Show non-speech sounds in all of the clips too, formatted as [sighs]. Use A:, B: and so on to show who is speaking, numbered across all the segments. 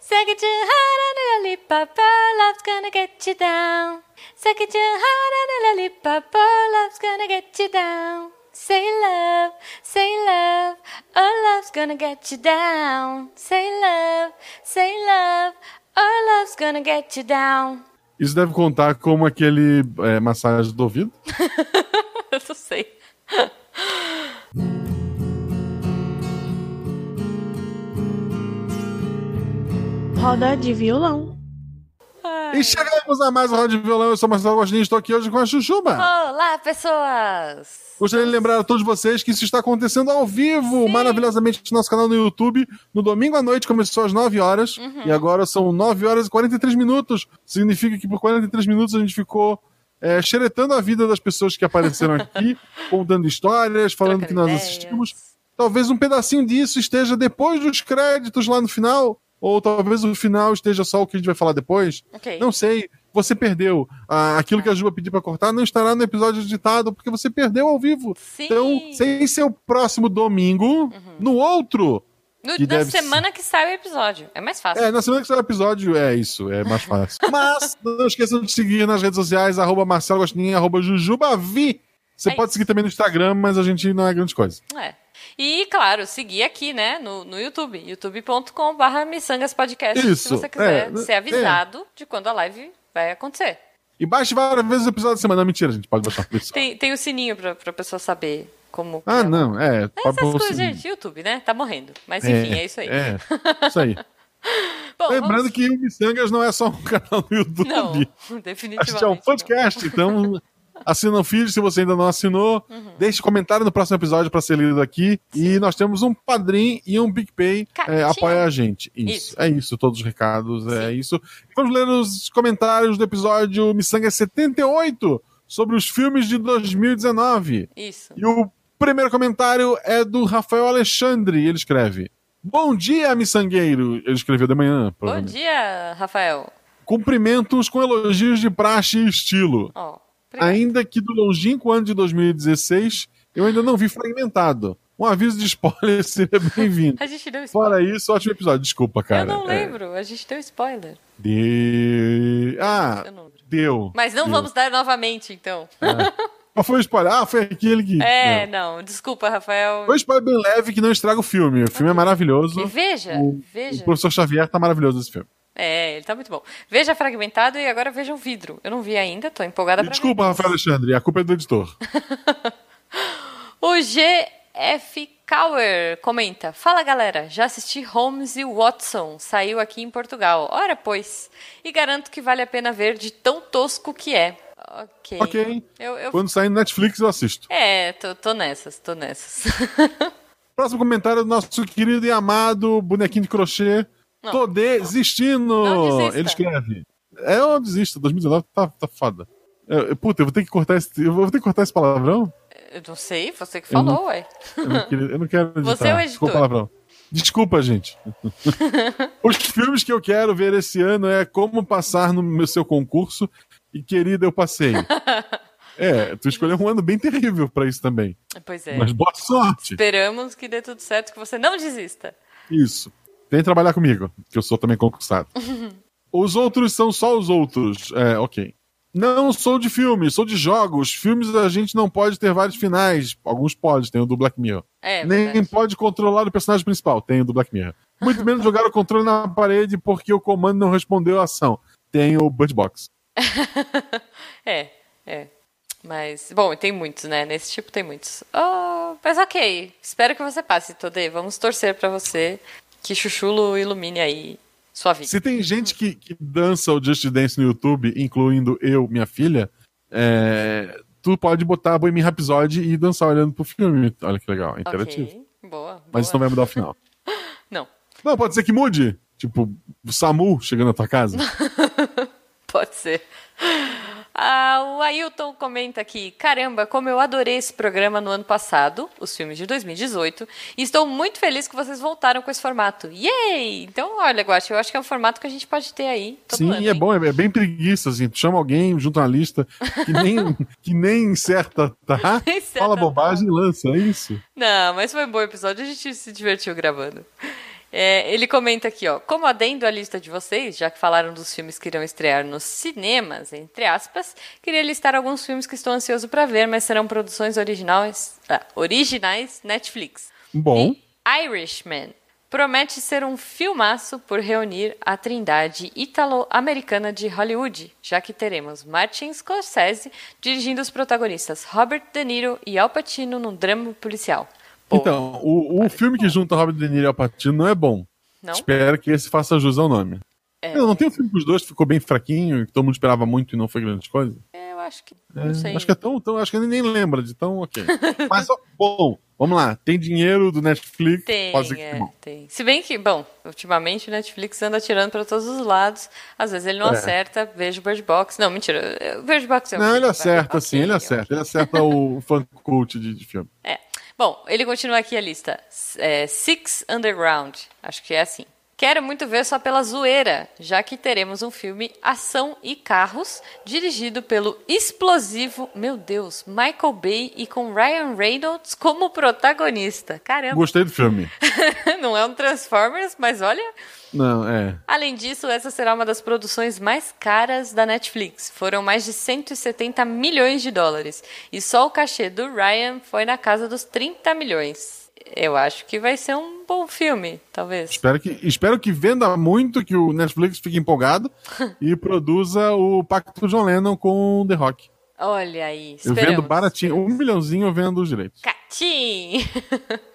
A: Suck it too hard on a lollipop, our love's gonna get you down. Suck it too hard on a lollipop, our love's gonna get you down. Say love, say love, our love's gonna get you down. Say love, say love, our love's gonna get you down.
B: Isso deve contar como aquele é, massagem do ouvido.
A: [laughs] Eu não sei.
C: Roda de violão.
B: E chegamos a mais um round de violão. Eu sou Marcelo Agostinho e estou aqui hoje com a Chuchuba.
A: Olá, pessoas!
B: Gostaria de lembrar a todos vocês que isso está acontecendo ao vivo, maravilhosamente, no nosso canal no YouTube. No domingo à noite começou às 9 horas e agora são 9 horas e 43 minutos. Significa que por 43 minutos a gente ficou é, xeretando a vida das pessoas que apareceram aqui, contando histórias, falando
A: Trocando
B: que nós
A: ideias.
B: assistimos. Talvez um pedacinho disso esteja depois dos créditos lá no final, ou talvez o final esteja só o que a gente vai falar depois.
A: Ok.
B: Não sei, você perdeu. Ah, aquilo que a Juba pediu pra cortar não estará no episódio editado, porque você perdeu ao vivo.
A: Sim. Uhum.
B: Então, sem ser o próximo domingo, no outro.
A: No-
B: que
A: na
B: deve
A: semana que sai o episódio. É mais fácil.
B: É, na semana que sai o episódio, é isso,
A: [laughs]
B: é mais fácil. Mas não esqueçam de seguir nas redes sociais, arroba Marcelo Gostinho, arroba Jujubavi. Você
A: É
B: pode
A: isso.
B: seguir também no Instagram, mas a gente não é grande coisa.
A: É. E, claro, seguir aqui, né, no, no YouTube, youtube.com.br miçangaspodcast, se
B: Isso,
A: você quiser
B: é,
A: ser avisado de quando a live vai acontecer.
B: E baixe várias vezes o episódio da semana. Não, mentira, gente, pode baixar por isso.
A: Tem, tem o sininho pra, pra pessoa saber como...
B: Ah, não, é.
A: É
B: pode
A: Essas
B: pôr o
A: coisas,
B: seguinte.
A: gente, YouTube, né? Tá morrendo. Mas enfim, é, isso aí.
B: É, isso aí.
A: [laughs] Bom,
B: Lembrando
A: vamos-
B: que o Missangas não é só um [laughs] canal no
A: [laughs]
B: YouTube. [laughs]
A: Não,
B: A
A: definitivamente
B: gente é um
A: [laughs]
B: podcast, então assina o feed se você ainda não assinou.
A: Uhum.
B: Deixe comentário no próximo episódio para ser lido aqui. E nós temos um Padrim e um PicPay
A: Catinha.
B: é, apoia a gente. Isso.
A: Isso.
B: É isso, todos os recados, é isso. Vamos ler os comentários do episódio Missanga 78 sobre os filmes de 2019.
A: não. Isso.
B: E o primeiro comentário é do Rafael Alexandre. e Ele escreve: Bom dia, miçangueiro. Ele escreveu de manhã,
A: Bom
B: provavelmente.
A: dia, Rafael.
B: Cumprimentos com elogios de praxe e estilo.
A: Ó, obrigada.
B: Ainda que do longínquo ano de 2016, eu ainda não vi fragmentado. Um aviso de spoiler [laughs] seria bem-vindo.
A: A gente deu spoiler.
B: Fora isso, ótimo episódio. Desculpa, cara.
A: Eu não
B: É,
A: lembro, a gente deu spoiler.
B: de-
A: Eu
B: Ah,
A: não lembro.
B: deu.
A: Mas não
B: deu.
A: vamos dar novamente, então.
B: Mas foi um spoiler. Ah, foi aquele que.
A: É,
B: deu.
A: não. Desculpa, Rafael.
B: Foi um spoiler bem leve que não estraga o filme. O filme é maravilhoso.
A: E veja,
B: O-
A: É, veja.
B: O professor Xavier tá maravilhoso nesse filme.
A: É, ele tá muito bom. Veja fragmentado e agora veja o vidro. Eu não vi ainda, tô empolgada pra
B: Desculpa, Rafael Alexandre, a culpa é do editor.
A: ver. O GF Cower comenta: Fala galera, já assisti Holmes e Watson, saiu aqui em Portugal. Ora pois, e garanto que vale a pena ver de tão tosco que é. Ok.
B: Ok.
A: Eu, eu-
B: Quando sair no Netflix, eu assisto.
A: É, tô, tô nessas, tô nessas. [laughs]
B: Próximo comentário é do nosso querido e amado bonequinho de crochê.
A: Não.
B: Tô desistindo!
A: Não desista.
B: Ele escreve. É, eu desisto. 2019 tá, tá foda. É, puta, eu vou ter que cortar esse. Eu vou ter que cortar esse palavrão?
A: eu não sei, você que
B: Eu não-
A: falou, ué.
B: Eu não, queria- eu não quero editar.
A: Você é o editor.
B: Desculpa, palavrão.
A: [laughs]
B: Desculpa, gente. Os filmes que eu quero ver esse ano é Como Passar no meu seu concurso e Querida,
A: [laughs]
B: eu passei. É, tu escolheu um ano bem terrível pra isso também.
A: Pois é.
B: Mas boa sorte.
A: Esperamos que dê tudo certo, que você não desista.
B: Isso. Vem trabalhar comigo, que eu sou
A: [laughs]
B: também concursado. os outros são só os outros. É, ok. Não sou de filmes, sou de jogos. Filmes a gente não pode ter vários finais. Alguns pode, tem o do Black Mirror.
A: É,
B: Nem
A: verdade.
B: pode controlar o personagem principal, tem o do Black Mirror. Muito menos jogar o controle na parede porque o comando não respondeu a ação. Tem o Bird Box.
A: É, é. Mas, bom, tem muitos, né? Nesse tipo tem muitos. Oh, mas ok, espero que você passe, Todê. Vamos torcer pra você que Chuchulo ilumine aí sua vida.
B: Se tem gente que, que dança o Just Dance no YouTube, incluindo eu, minha filha, é, tu pode botar Bohemian Rhapsody e dançar olhando pro filme. Olha que legal, é interativo.
A: Ok, boa.
B: Mas
A: boa.
B: isso não é- vai mudar o final.
A: Não,
B: Não, pode ser que mude. Tipo, o Samu chegando na tua casa.
A: pode ser. Ah, o Ailton comenta aqui: caramba, como eu adorei esse programa no ano passado, os filmes de 2018, e estou muito feliz que vocês voltaram com esse formato. Yay! Então, olha, Guache, eu acho que é um formato que a gente pode ter aí. Todo
B: Sim,
A: ano,
B: e é
A: Tá hein?
B: bom, é, é bem preguiça, assim. Tu chama alguém, junta uma lista
A: [laughs]
B: que nem, que nem inserta, tá?
A: Nem inserta,
B: Fala
A: tá.
B: bobagem e lança, é isso.
A: Não, mas foi um bom episódio, a gente se divertiu gravando. É, ele comenta aqui, ó. Como adendo à lista de vocês, já que falaram dos filmes que irão estrear nos cinemas, entre aspas, queria listar alguns filmes que estou ansioso para ver, mas serão produções originais, ah, originais Netflix.
B: Bom.
A: E Irishman. Promete ser um filmaço por reunir a trindade ítalo-americana de Hollywood, já que teremos Martin Scorsese dirigindo os protagonistas Robert De Niro e Al Pacino num drama policial. Pô,
B: Então, o, o filme que junta Robert De Niro e Al Pacino não é bom.
A: não?
B: Espero que esse faça jus ao nome.
A: É.
B: Não, não tem um filme com os dois que ficou bem fraquinho e que todo mundo esperava muito e não foi grande coisa?
A: Eu acho que.
B: É,
A: Não sei.
B: Acho que é tão, tão. Acho que ele nem lembra de tão
A: [laughs]
B: ok. Mas, ó, bom, vamos lá. Tem dinheiro do Netflix.
A: Tem,
B: pode ser que
A: é,
B: seja bom.
A: tem. Se bem que, bom, ultimamente o Netflix anda tirando para todos os lados. Às vezes ele não
B: É.
A: acerta, vejo Bird Box. Não, mentira, eu- Bird Box é um
B: Não,
A: filme,
B: ele
A: vai.
B: acerta, sim,
A: Ok,
B: ele
A: ó.
B: acerta. Ele
A: [laughs]
B: acerta o fan cult de, de filme.
A: É. Bom, ele continua aqui a lista. S- é, Six Underground, acho que é assim. Quero muito ver só pela zoeira, já que teremos um filme Ação e Carros, dirigido pelo explosivo, meu Deus, Michael Bay e com Ryan Reynolds como protagonista. Caramba,
B: Gostei do filme.
A: [laughs] não é um Transformers, mas olha,
B: Não, é.
A: Além disso, essa será uma das produções mais caras da Netflix. Foram mais de 170 milhões de dólares. E só o cachê do Ryan foi na casa dos 30 milhões. Eu acho que vai ser um bom filme, talvez.
B: Espero que, espero que venda muito, que o Netflix fique
A: [laughs]
B: empolgado e produza o Pacto do John Lennon com o The Rock.
A: Olha aí,
B: Eu
A: esperamos.
B: vendo baratinho, um milhãozinho eu vendo os direitos.
A: Catim! [laughs]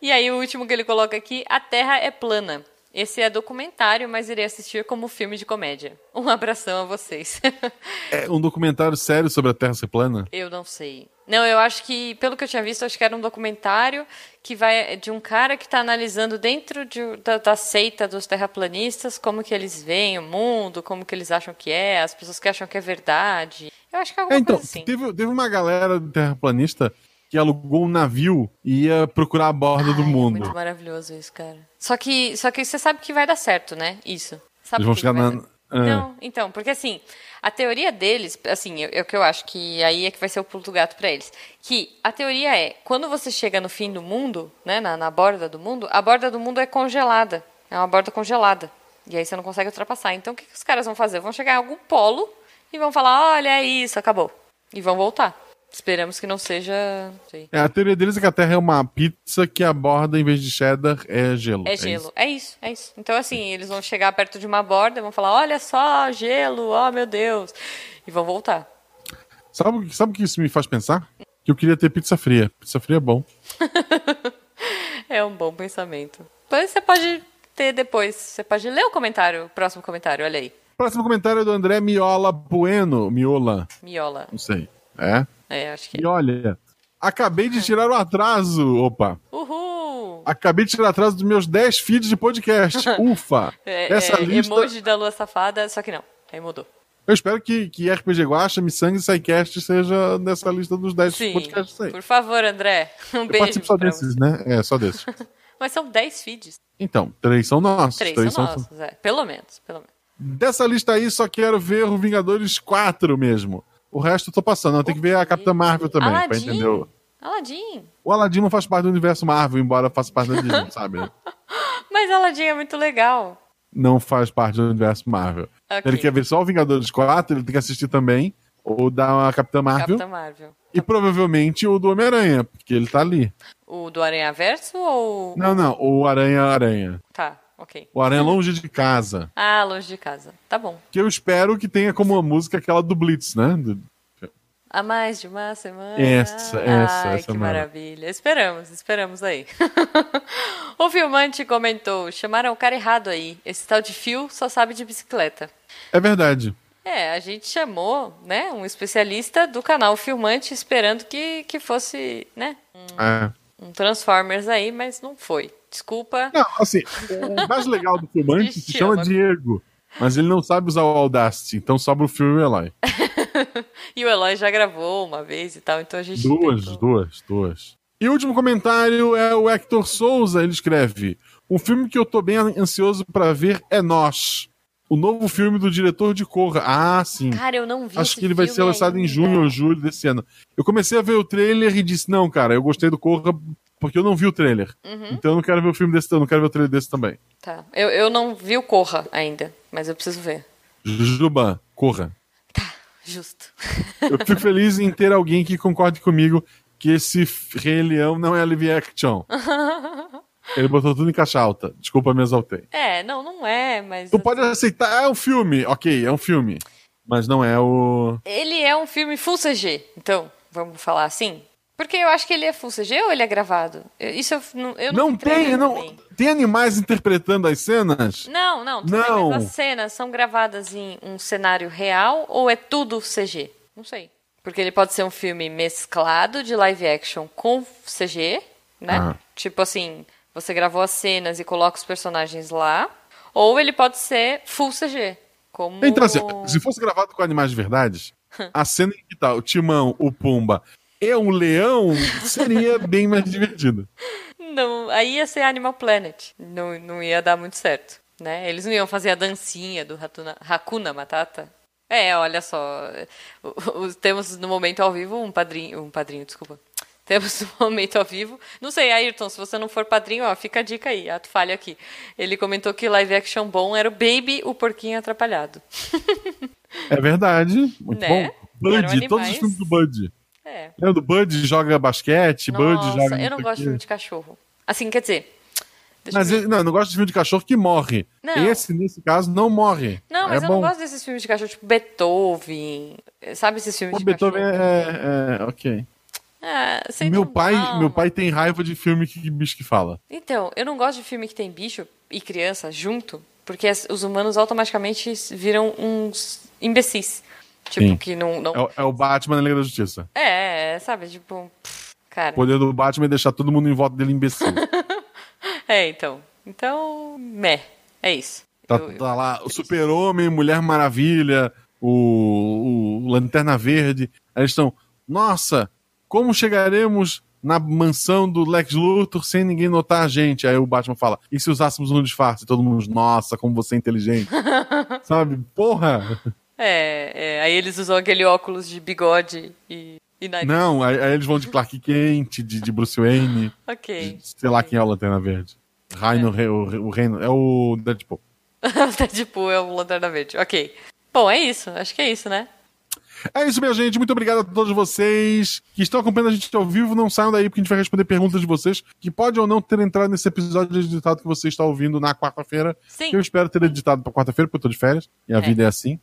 A: e aí, o último que ele coloca aqui: A Terra é Plana. Esse é documentário, mas irei assistir como filme de comédia. Um abração a vocês. [laughs]
B: É um documentário sério sobre a Terra ser plana?
A: Eu não sei. Não, eu acho que, pelo que eu tinha visto, acho que era um documentário que vai de um cara que está analisando dentro de- um, da, da seita dos terraplanistas como que eles veem o mundo, como que eles acham que é, as pessoas que acham que é verdade. Eu acho que é alguma
B: É, então,
A: coisa assim.
B: teve, teve uma galera do terraplanista que alugou um navio e ia procurar a borda do
A: Ai, é
B: mundo.
A: muito maravilhoso isso, cara. Só que, só que você sabe que vai dar certo, né? Isso. Sabe
B: Eles vão
A: por que que
B: chegar
A: vai
B: na-
A: dar-
B: Ah.
A: Não, então, porque assim, a teoria deles, assim, é é o que eu acho que aí é que vai ser o pulo do gato pra eles. Que a teoria é, quando você chega no fim do mundo, né, na, na borda do mundo, a borda do mundo é congelada. É uma borda congelada. E aí você não consegue ultrapassar. Então o que, que os caras vão fazer? Vão chegar em algum polo e vão falar, olha é isso, acabou. E vão voltar. Esperamos que não seja. não sei.
B: É, a teoria deles é que a Terra é uma pizza que a borda, em vez de cheddar, é gelo.
A: É gelo. É isso, é isso. Então, assim, eles vão chegar perto de uma borda e vão falar: olha só, gelo, ó meu Deus. E vão voltar. [laughs]
B: isso. Sabe, o que- sabe o que isso me faz pensar? Que eu queria ter pizza fria. Pizza fria é bom.
A: É um bom pensamento. Mas você pode ter depois. Você pode ler o comentário, o próximo comentário, olha aí.
B: Próximo comentário é do André Miola Bueno. Miola,
A: Miola.
B: não sei. É?
A: É, acho que é.
B: E olha, acabei de tirar o atraso. Opa!
A: é. Uhul!
B: Acabei de tirar atraso dos meus 10 feeds
A: [laughs]
B: de podcast. Ufa!
A: É,
B: Essa
A: é,
B: lista.
A: Emoji da lua safada, só que não. Aí mudou.
B: Eu espero que, que RPG Guacha, Missangue e Psycast seja nessa lista dos 10
A: Sim.
B: podcasts é aí.
A: Por favor, André. [laughs] Um
B: Eu
A: beijo.
B: participo só
A: pra
B: desses,
A: você.
B: né? É,
A: [laughs]
B: só desses.
A: Mas são 10 feeds.
B: Então, três são nossos.
A: Três, são,
B: são-
A: nossos, é. Pelo menos, pelo menos.
B: Dessa lista aí, só quero ver o Vingadores 4 mesmo. O resto eu tô passando. Eu tenho que ver a Capitã Marvel também, pra
A: Aladdin.
B: entender. O,
A: Aladim.
B: o Aladdin não faz parte do universo Marvel, embora faça parte da
A: [laughs]
B: Disney, sabe?
A: [gasps] Mas Aladim é muito legal.
B: Não faz parte do universo Marvel.
A: Ok.
B: Ele quer ver só o Vingadores 4, ele tem que assistir também. Ou da Capitã Marvel.
A: Capitã Marvel.
B: E provavelmente o do Homem-Aranha, porque ele tá ali.
A: O do Aranhaverso ou.
B: Não, não, o Aranha-Aranha.
A: Tá, ok.
B: O Aranha é Longe de Casa.
A: Ah, longe de casa. Tá bom.
B: Que eu espero que tenha como uma música aquela do Blitz, né? Do-
A: Há mais de uma semana.
B: Essa, essa,
A: Ai,
B: essa
A: que
B: mesmo.
A: maravilha. Esperamos, esperamos aí. [laughs] o filmante comentou: chamaram o cara errado aí. Esse tal de Phil só sabe de bicicleta.
B: É verdade.
A: É, a gente chamou, né, um especialista do canal Filmante, esperando que, que fosse, né,
B: É.
A: um Transformers aí, mas não foi. Desculpa. [laughs]
B: Não, assim, o mais legal do filmante se
A: Triste,
B: chama
A: amor.
B: Diego. Mas ele não sabe usar o Audacity, então sobra o filme Eloy.
A: E o Eloy já gravou uma vez e tal, então a gente.
B: Duas,
A: tentou-
B: duas, duas. E o último comentário é o Hector Souza, ele escreve: Um filme que eu tô bem ansioso pra ver é Nós. O novo filme do diretor de Corra. Ah, sim.
A: Cara, eu não vi
B: Acho
A: esse
B: que ele vai
A: filme
B: ser lançado em
A: ainda.
B: junho ou julho desse ano. Eu comecei a ver o trailer e disse: Não, cara, eu gostei do Corra porque eu não vi o trailer.
A: Uhum.
B: Então eu não quero ver o filme desse, eu não quero ver o trailer desse também.
A: Tá. Eu, eu não vi o Corra ainda, mas eu preciso ver.
B: Jujuba, corra.
A: Tá, justo. [laughs]
B: Eu fico feliz em ter alguém que concorde comigo que esse Rei Leão não é
A: [laughs]
B: live action. Ele botou tudo em caixa alta. Desculpa, me exaltei.
A: É, não, não é, mas.
B: Tu pode aceitar, ah, é um filme. Ok, é um filme. Mas não é o.
A: Ele é um filme full CG, então, vamos falar assim? Porque eu acho que ele é full CG ou ele é gravado? Eu- isso eu, f- não, eu
B: Não
A: fiquei
B: tem,
A: sabendo
B: não.
A: também.
B: Tem animais interpretando as cenas?
A: Não, não, tudo bem,
B: Não.
A: mas as cenas são gravadas em um cenário real ou é tudo CG? Não sei. Porque ele pode ser um filme mesclado de live action com CG, né?
B: Ah.
A: Tipo assim, você gravou as cenas e coloca os personagens lá. Ou ele pode ser full CG. Como.
B: Então, assim, se fosse gravado com animais de verdade, a cena em que tá o Timão, o Pumba e um leão seria bem mais divertido.
A: Não, aí ia ser Animal Planet. Não, não ia dar muito certo, né? Eles não iam fazer a dancinha do Ratuna, Hakuna Matata. É, olha só. o- o- temos no momento ao vivo um padrinho. Um padrinho, desculpa. Temos no momento ao vivo. Não sei, Ayrton, se você não for padrinho, ó, fica a dica aí, ato falho aqui. Ele comentou que live action bom era o Baby, o porquinho atrapalhado.
B: É verdade. Muito
A: Né?
B: bom. Bud,
A: Eram
B: todos os
A: animais.
B: filmes do Bud.
A: É.
B: Lembra do Bud joga basquete, Bud
A: Nossa,
B: joga.
A: eu não
B: sei
A: gosto
B: o quê.
A: muito de cachorro. Assim, quer dizer. deixa eu
B: Mas ele- não, eu não gosto de filme de cachorro que morre.
A: Não.
B: Esse, nesse caso, não morre.
A: Não, mas
B: é
A: eu
B: bom.
A: não gosto desses filmes de cachorro, tipo Beethoven. Sabe esses filmes
B: Pô,
A: de
B: Beethoven
A: cachorro?
B: é, é- Ok.
A: Ah, sei
B: meu,
A: lá,
B: pai,
A: não.
B: meu pai tem raiva de filme que, que bicho que fala.
A: Então, eu não gosto de filme que tem bicho e criança junto, porque as- os humanos automaticamente s- viram uns imbecis. Tipo,
B: Sim.
A: que não. não...
B: É, o- é o Batman na Liga da Justiça.
A: É, é, sabe? Tipo. pff, Cara.
B: O poder do Batman é deixar todo mundo em volta
A: [laughs]
B: dele imbecil.
A: É, então. Então. Meh. É isso.
B: Tá,
A: Eu- eu-
B: tá lá o Super-Homem, Mulher Maravilha, o, o Lanterna Verde. Aí eles estão, nossa, como chegaremos na mansão do Lex Luthor sem ninguém notar a gente? Aí o Batman fala, e se usássemos um disfarce? Todo mundo, nossa, como você é inteligente. Sabe? Porra!
A: É, é, aí eles usam aquele óculos de bigode e, e nariz.
B: Não, aí, aí eles vão de Clark Kent, de, de Bruce Wayne, de-
A: Ok. [laughs]
B: sei lá quem é o Lanterna Verde. Rhino, Re- o, o Rhino, é o Deadpool.
A: Deadpool é o Lanterna Verde. Ok. Bom, é isso. Acho que é isso, né?
B: É isso, minha gente. Muito obrigado a todos vocês que estão acompanhando a gente ao vivo. Não saiam daí, porque a gente vai responder perguntas de vocês que pode ou não ter entrado nesse episódio editado que você está ouvindo na quarta-feira.
A: Sim.
B: Eu espero ter editado para quarta-feira, porque eu tô de férias e a vida é assim.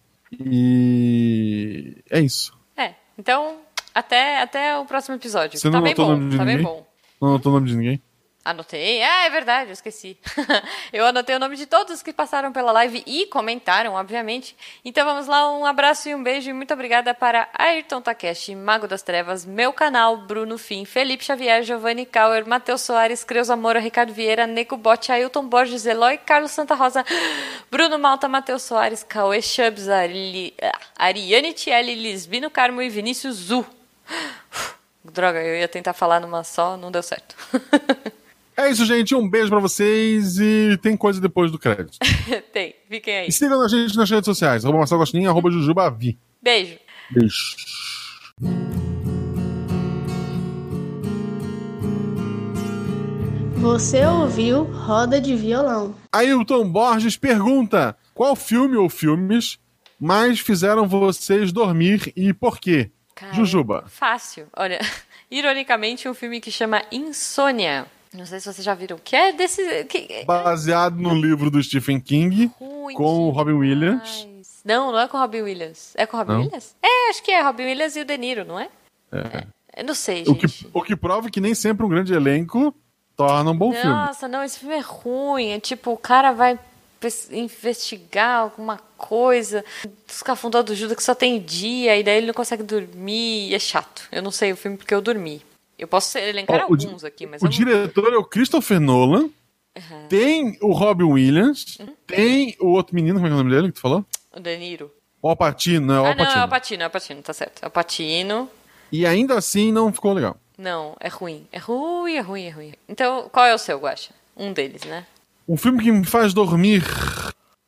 B: E é isso.
A: É. Então, até, até o próximo episódio.
B: Você
A: tá
B: não
A: bem
B: anotou o
A: bom.
B: nome de
A: Tá bem
B: ninguém?
A: bom.
B: Não anotou o nome de ninguém?
A: Anotei. Ah, é verdade, eu esqueci. [laughs] eu anotei o nome de todos que passaram pela live e comentaram, obviamente. Então vamos lá, um abraço e um beijo e muito obrigada para Ayrton Takeshi, Mago das Trevas, meu canal, Bruno Fim, Felipe Xavier, Giovanni Cauer, Matheus Soares, Creuza Moura, Ricardo Vieira, Neco Botti, Ailton Borges, Eloy, Carlos Santa Rosa, [gasps] Bruno Malta, Matheus Soares, Cauê Chubbs, Ari... Ariane Tielli, Lisbino Carmo e Vinícius Zu. [sighs] Droga, eu ia tentar falar numa só, não deu certo. [laughs]
B: É isso, gente. Um beijo para vocês e tem coisa depois do crédito.
A: [laughs] Tem, fiquem aí.
B: E sigam a gente nas redes sociais. Arroba Marcelo Gostinho, arroba Jujubavi.
A: Beijo.
B: Beijo.
C: Você ouviu Roda de Violão.
B: Ailton Borges pergunta: qual filme ou filmes mais fizeram vocês dormir e por quê?
A: Cara,
B: Jujuba.
A: Fácil. Olha, [laughs] ironicamente, um filme que chama Insônia. Não sei se vocês já viram. Que é desse. Que, é
B: Baseado no livro do Stephen King
A: ruim
B: com o
A: demais.
B: Robin Williams.
A: Não, não é com o Robin Williams. É com o Robin
B: Não?
A: Williams? É, acho que é Robin Williams e o De Niro, não é? É. Eu não sei, gente.
B: O que, o que prova que nem sempre um grande elenco torna um bom filme.
A: Nossa, não, esse filme é ruim. É tipo, o cara vai pes- investigar alguma coisa dos cafundó do Judas que só tem dia, e daí ele não consegue dormir. E é chato. Eu não sei o filme porque eu dormi. Eu posso elencar
B: Ó, o di-
A: alguns aqui, mas
B: O
A: eu não...
B: diretor é o Christopher Nolan. Tem o Robin Williams.
A: Hum?
B: Tem o outro menino, como é que é o nome dele que tu falou?
A: o De Niro.
B: O Alpatino, não é o
A: ah, não, é o
B: Alpatino.
A: Patino, é o Patino, tá certo. É o Patino.
B: E ainda assim não ficou legal.
A: Não, é ruim. É ruim, é ruim, é ruim. Então, qual é o seu, Guaxa? Um deles, né?
B: Um filme que me faz dormir.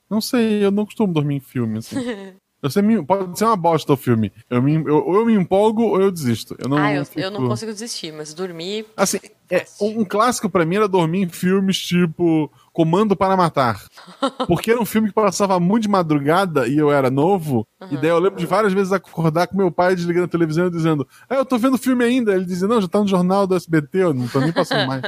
B: Não sei, eu não costumo dormir em filme,
A: [laughs]
B: assim. Eu sei, me- pode ser uma bosta o filme. Eu me, eu, ou eu me empolgo ou eu desisto. Eu não,
A: ah, eu, eu
B: fico-
A: não consigo desistir, mas dormir. [gasps]
B: Assim, É,
A: podcast.
B: um, um clássico pra mim era dormir em filmes tipo Comando
A: [laughs]
B: para Matar. Porque era um filme que passava muito de madrugada e eu era novo. E daí eu lembro de várias vezes acordar com meu pai desligando a televisão e dizendo: Ah, eu tô vendo filme ainda. Ele dizia: Não, já tá no jornal do SBT, eu não tô nem
A: [laughs]
B: passando mais.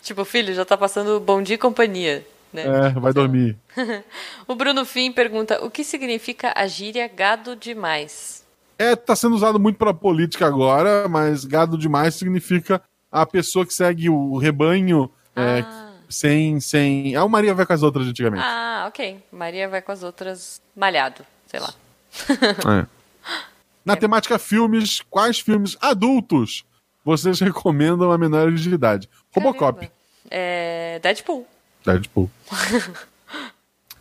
A: Tipo, filho, já tá passando bom dia e companhia, né?
B: É, vai dormir.
A: [laughs] O Bruno Fim pergunta: o que significa a gíria gado demais?
B: É, tá sendo usado muito pra política agora, mas gado demais significa a pessoa que segue o rebanho é,
A: Ah.
B: sem, sem. A Maria vai com as outras antigamente.
A: Ah, ok. Maria vai com as outras malhado, sei lá.
B: É.
A: É.
B: Na temática filmes, quais filmes adultos vocês recomendam a menores de idade? [laughs] Robocop.
A: Caramba. É. Deadpool. [laughs]
B: Deadpool.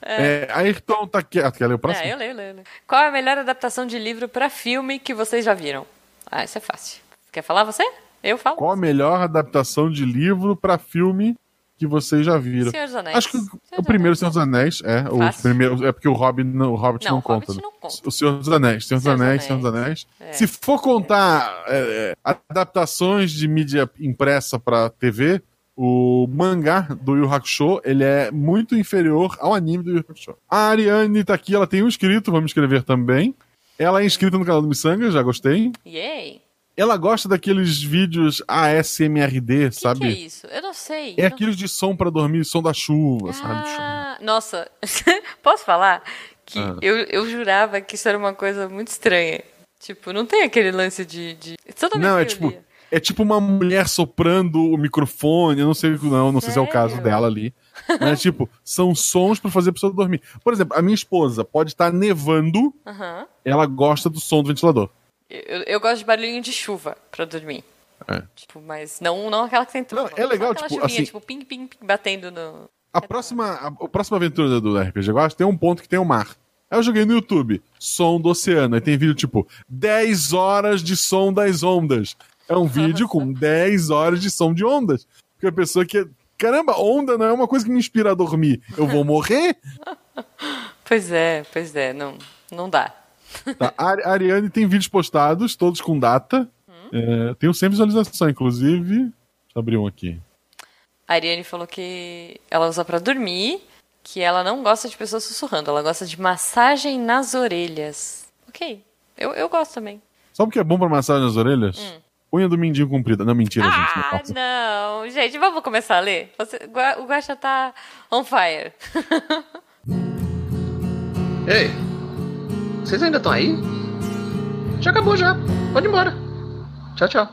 B: É, Ayrton Takeshi. Ah, quer ler o próximo?
A: É, eu leio, eu leio, eu leio. Qual é a melhor adaptação de livro pra filme que vocês já viram? Ah, isso é fácil. Quer falar você? Eu falo.
B: Qual a melhor adaptação de livro pra filme que vocês já viram?
A: Senhor dos Anéis.
B: Acho que o-
A: Senhor
B: o
A: dos
B: primeiro
A: Anéis.
B: Senhor dos Anéis é o
A: Fácil.
B: primeiro é porque o Hobbit não, o Hobbit
A: Não,
B: não,
A: o
B: conta,
A: Hobbit
B: né?
A: não conta.
B: O Senhor dos Anéis, Senhor dos
A: Senhor dos É.
B: Anéis, Senhor dos Anéis. Se for contar é, é, adaptações de mídia impressa pra TV, o mangá do Yu Hakusho, ele é muito inferior ao anime do Yu Hakusho. A Ariane tá aqui, ela tem um inscrito, vamos escrever também. Ela é inscrita no canal do Missanga, já gostei.
A: Yay!
B: Ela gosta daqueles vídeos ASMRD,
A: O que,
B: sabe?
A: que é isso? Eu não sei.
B: É
A: eu não-
B: aqueles de som pra dormir, som da chuva, sabe?
A: Ah, nossa, [laughs] posso falar que
B: Ah.
A: eu, eu jurava que isso era uma coisa muito estranha. Tipo, não tem aquele lance de. de... Toda vez
B: Não,
A: que
B: é
A: eu
B: tipo,
A: lia.
B: é tipo uma mulher soprando o microfone, eu não sei, não, não sei se é o caso
A: Sério?
B: dela ali. Mas
A: [laughs]
B: tipo, são sons pra fazer a pessoa dormir. Por exemplo, a minha esposa pode estar nevando,
A: Aham.
B: ela gosta do som do ventilador.
A: Eu, eu gosto de barulhinho de chuva pra dormir.
B: É.
A: Tipo, mas não, não aquela que tem tudo.
B: Não, é legal,
A: aquela
B: tipo,
A: chuvinha,
B: assim-
A: tipo, ping, ping, ping, batendo no.
B: A próxima, a, a próxima aventura do RPG Guacha tem um ponto que tem o mar. Aí eu joguei no YouTube, som do oceano. Aí tem vídeo tipo 10 horas de som das ondas. É um vídeo com 10 horas de som de ondas. Porque a pessoa que. é, Caramba, onda não é uma coisa que me inspira a dormir. Eu vou morrer?
A: Pois é, pois é, não, não dá.
B: Tá, a Ari- a Ariane tem vídeos postados, todos com data. É, tem um sem visualização, inclusive. Deixa eu abrir um aqui.
A: A Ariane falou que ela usa pra dormir, que ela não gosta de pessoas sussurrando, ela gosta de massagem nas orelhas. Ok, eu, eu gosto também.
B: Sabe o que é bom pra massagem nas orelhas? Unha do mindinho comprida. Não, mentira, gente. Não é
A: Ah,
B: faço.
A: não. Gente, vamos começar a ler? Você- Gua- o Guaxa tá on fire.
D: Ei, vocês ainda estão aí? Já acabou já. Pode ir embora. Tchau, tchau.